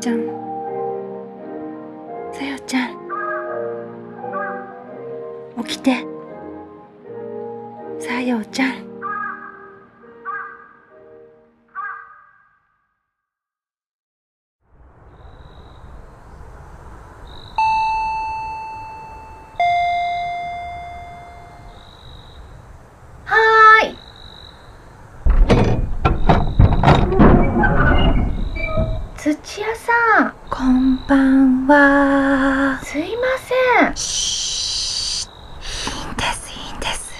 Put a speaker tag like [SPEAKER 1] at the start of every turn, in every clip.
[SPEAKER 1] ちゃんさよちゃん起きてさよちゃん
[SPEAKER 2] はーい。土屋さん、
[SPEAKER 1] こんばんは
[SPEAKER 2] すいません。
[SPEAKER 1] シーいいんですいいんです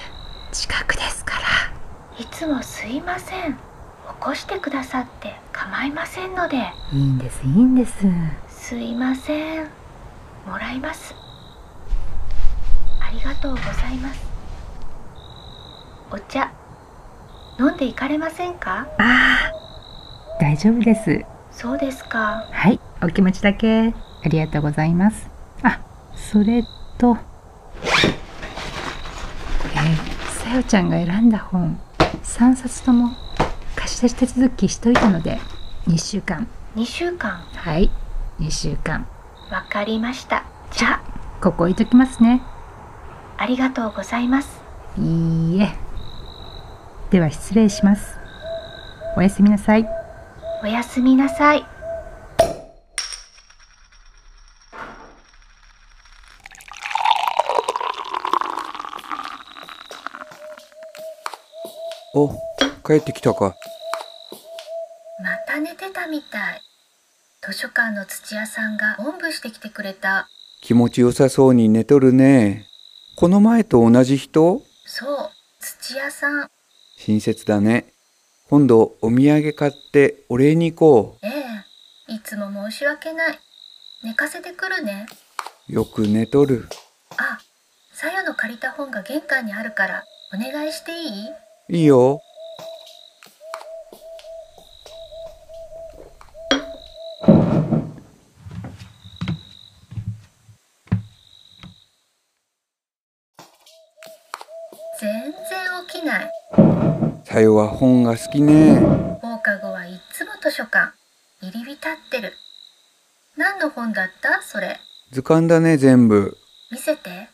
[SPEAKER 1] 近くですから
[SPEAKER 2] いつもすいません。起こしてくださって構いませんので、
[SPEAKER 1] いいんですいいんです
[SPEAKER 2] すいません。もらいます。ありがとうございます。お茶、飲んでいかれませんか
[SPEAKER 1] ああ大丈夫です
[SPEAKER 2] そうですか。
[SPEAKER 1] はいお気持ちだけありがとうございますあそれとえーさよちゃんが選んだ本3冊とも貸し出し手続きしといたので2週間
[SPEAKER 2] 2週間、
[SPEAKER 1] はい2週間
[SPEAKER 2] わかりました。じゃ
[SPEAKER 1] ここ置いときますね
[SPEAKER 2] あ、ありがとうございます。
[SPEAKER 1] いいえでは失礼しますおやすみなさい
[SPEAKER 2] おやすみなさい。
[SPEAKER 3] お、帰ってきたか。
[SPEAKER 2] また寝てたみたい。図書館の土屋さんがおんぶしてきてくれた。
[SPEAKER 3] 気持ちよさそうに寝とるね。この前と同じ人
[SPEAKER 2] そう、土屋さん。
[SPEAKER 3] 親切だね。今度お土産買ってお礼に行こ
[SPEAKER 2] ええ、いつも申し訳ない。寝かせてくるね。
[SPEAKER 3] う。よく寝とる。
[SPEAKER 2] あ、さよの借りた本が玄関にあるから、お願いしていい
[SPEAKER 3] いいよ。
[SPEAKER 2] 全然起きない。
[SPEAKER 3] さよは本が好きね。
[SPEAKER 2] 放課後はいっつも図書館。入り浸ってる。何の本だったそれ。
[SPEAKER 3] 図鑑だね、全部。
[SPEAKER 2] 見せて。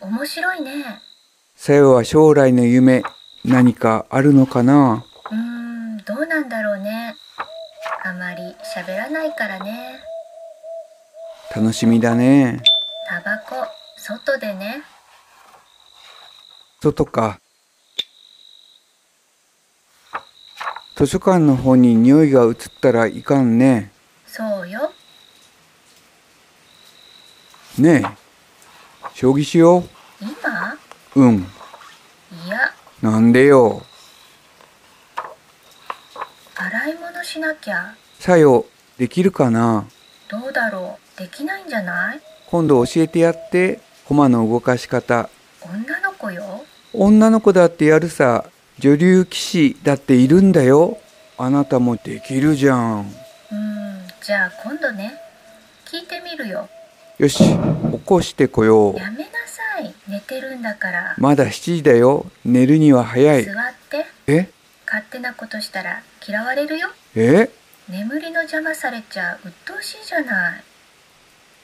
[SPEAKER 2] 面白いね。
[SPEAKER 3] さよは将来の夢、何かあるのかな
[SPEAKER 2] うーん、どうなんだろうね。あまり喋らないからね。
[SPEAKER 3] 楽しみだね。
[SPEAKER 2] タバコ、外でね。
[SPEAKER 3] 外か。図書館の方に匂いが移ったらいかんね。
[SPEAKER 2] そうよ。
[SPEAKER 3] ねえ将棋しよ
[SPEAKER 2] 今
[SPEAKER 3] ううん
[SPEAKER 2] いや、
[SPEAKER 3] なんでよ
[SPEAKER 2] 洗い物しなきゃ。
[SPEAKER 3] さよできるかな
[SPEAKER 2] どうだろう。できないんじゃない
[SPEAKER 3] 今度教えてやって駒の動かし方
[SPEAKER 2] 女の子よ。
[SPEAKER 3] 女の子だってやるさ女流棋士だっているんだよあなたもできるじゃん
[SPEAKER 2] うーん、じゃあ今度ね。聞いてみるよ。
[SPEAKER 3] よし起こしてこよう
[SPEAKER 2] やめなさい。寝てるんだから。
[SPEAKER 3] まだ7時だよ寝るには早い
[SPEAKER 2] 座って。
[SPEAKER 3] え
[SPEAKER 2] 勝手なことしたら嫌われるよ。
[SPEAKER 3] え
[SPEAKER 2] 眠りの邪魔されちゃう鬱陶しいじゃない。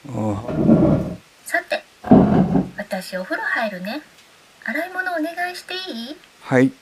[SPEAKER 3] あ
[SPEAKER 2] さて、私お風呂入るね。洗い物お願いしていい
[SPEAKER 3] はい